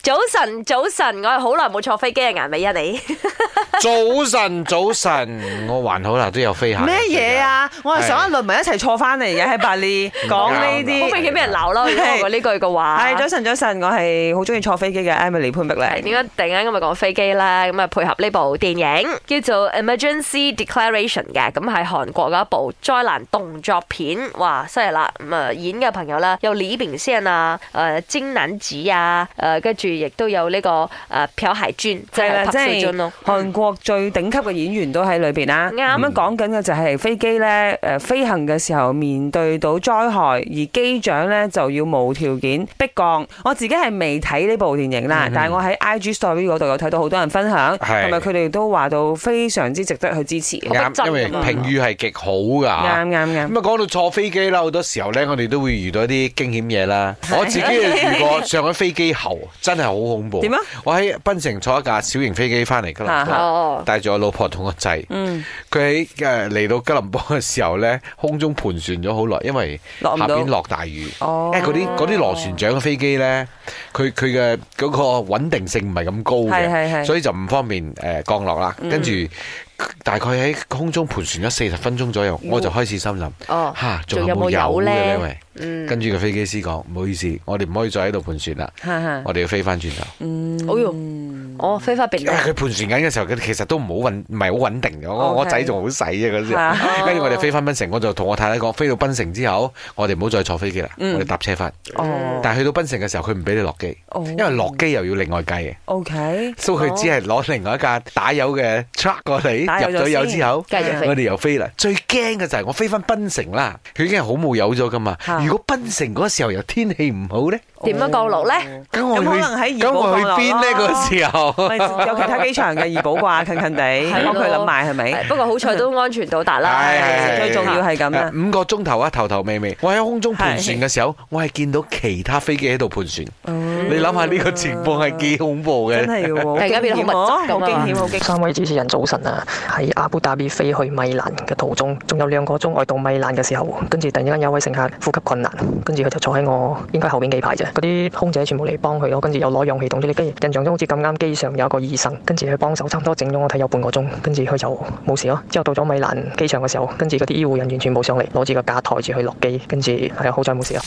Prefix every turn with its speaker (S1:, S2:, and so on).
S1: 早晨，早晨，我係好耐冇坐飛機嘅顏美欣你。
S2: 早晨，早晨，我還好啦，都有飛下。
S3: 咩嘢？啊？我係上一輪咪一齊坐翻嚟嘅喺百利講呢
S1: 啊好
S3: 啲。
S1: 明顯俾人鬧咯，如果我講呢句嘅話。
S3: 係早晨，早晨，我係好中意坐飛機嘅 Emily 潘碧
S1: 係
S3: 玲。
S1: 點解啊突然間今日講飛機咧？咁啊配合呢部電影叫做《Emergency Declaration》嘅，咁係韓國嘅一部災難動作片，哇犀利啦！咁啊演嘅朋友啦，有李秉憲啊，誒、呃、金南子啊，誒跟住亦都有呢、個誒朴海俊，即
S3: 係
S1: 係
S3: 啦，
S1: 朴
S3: 即
S1: 敘俊
S3: 係
S1: 咯。嗯
S3: 韓國最頂級嘅演員都喺裏邊啦。
S1: 啱
S3: 咁樣講緊嘅就係飛機咧，誒飛行嘅時候面對到災害，而機長咧就要無條件逼降。我自己係未睇呢部電影啦，但係我喺 IG Story 嗰度有睇到好多人分享，
S2: 係啊
S3: 同埋佢哋都話到非常之值得去支持。啱
S2: 啱，因為評語係極好㗎。
S3: 啊啱啱。
S2: 咁啊，講到坐飛機啦，好多時候咧，我哋都會遇到一啲驚險嘢啦。我自己遇過上咗飛機後，真係好恐怖。
S3: 點啊？
S2: 我喺檳城坐一架小型飛機翻嚟吉林
S3: 啊
S2: 坡，
S1: 哦，
S2: 帶住我老婆同個仔。
S3: 嗯，
S2: 佢喺誒嚟到吉林坡嘅時候咧，空中盤旋咗好耐，因為
S3: 落唔
S2: 下
S3: 到
S2: 邊落大雨。
S3: 哦
S2: 因為嗰啲嗰啲螺旋槳嘅飛機咧，佢佢嘅嗰個穩定性唔係咁高
S3: 係係係
S2: 嘅，所以就唔方便誒降落
S1: 嗯
S2: 啦。跟住大概喺空中盤旋咗四十分鐘左右，我就開始心諗
S1: 哦
S2: 嚇，仲
S1: 仲
S2: 有
S1: 有
S2: 冇
S1: 冇
S2: 油
S1: 油
S2: 嘅
S1: 咧
S2: 呢？喂，
S1: 嗯，
S2: 跟住個飛機師講：唔好意思，我哋唔可以再喺度盤旋啦，
S3: 哈哈
S2: 我哋要飛翻轉頭。
S1: 哎呦，我飛花便
S2: 因為佢盤旋緊嘅時候，佢其實都唔好穩，唔係好穩定嘅。我
S1: 哦
S3: OK
S2: 我仔仲好細嘅嗰
S3: 啊
S2: 時，跟住我哋飛翻檳城，我就同我太太講，飛到檳城之後，我哋唔好再坐飛機啦，
S3: 嗯
S2: 我哋搭車翻。
S3: 哦
S2: 但係去到檳城嘅時候，佢唔俾你落機，
S1: 嗯
S3: 哦
S2: 因為落機又要另外計嘅，
S3: ，OK，
S2: 所以佢只係攞另外一架打油嘅 truck 過嚟，
S3: 打油
S2: 入咗油之後，
S1: 繼續飛
S2: 我哋又飛啦。最驚嘅就係我飛翻檳城啦，佢已經係好冇油咗噶嘛
S3: 啊。
S2: 如果檳城嗰時候又天氣唔好咧，
S1: 哦點樣降落咧？
S2: 咁我去
S3: 有可能喺怡
S2: 咁
S3: 保
S2: 我去
S3: 降落啊
S2: 邊咧
S3: 咯
S2: 嗰時候？
S3: 咪有其他機場嘅怡保 啩，近近地，
S1: 係咯
S3: 幫佢諗埋係咪？
S1: 不過好彩都安全到達啦
S2: 係，
S3: 最重要係咁啦。
S2: 誒五個鐘頭啊，頭頭尾尾，我喺空中盤旋嘅時候，我係見到其他飛機喺度盤旋。你諗下呢個情況係幾恐怖
S3: 哦真
S2: 嘅？
S3: 係嘅喎，好
S1: 突然間變得
S3: 驚
S1: 好
S3: 險
S1: 密集
S3: 喎
S1: 咁啊
S3: 好驚險，好驚險。
S4: 三位主持人早晨啊！喺阿布達比飛去米蘭嘅途中，仲有兩個鐘外到米蘭嘅時候，跟住突然間有一位乘客呼吸困難，跟住佢就坐喺我應該後邊幾排啫。嗰啲空姐全部嚟幫佢咯，跟住又攞氧氣筒啲。跟住印象中好似咁啱機上有一個醫生，跟住佢幫手，差唔多整咗我睇有半個鐘，跟住佢就冇事咯。之後到咗米蘭機場嘅時候，跟住嗰啲醫護人員全部上嚟，攞住個架抬住佢落機，跟住係啊好彩冇事咯。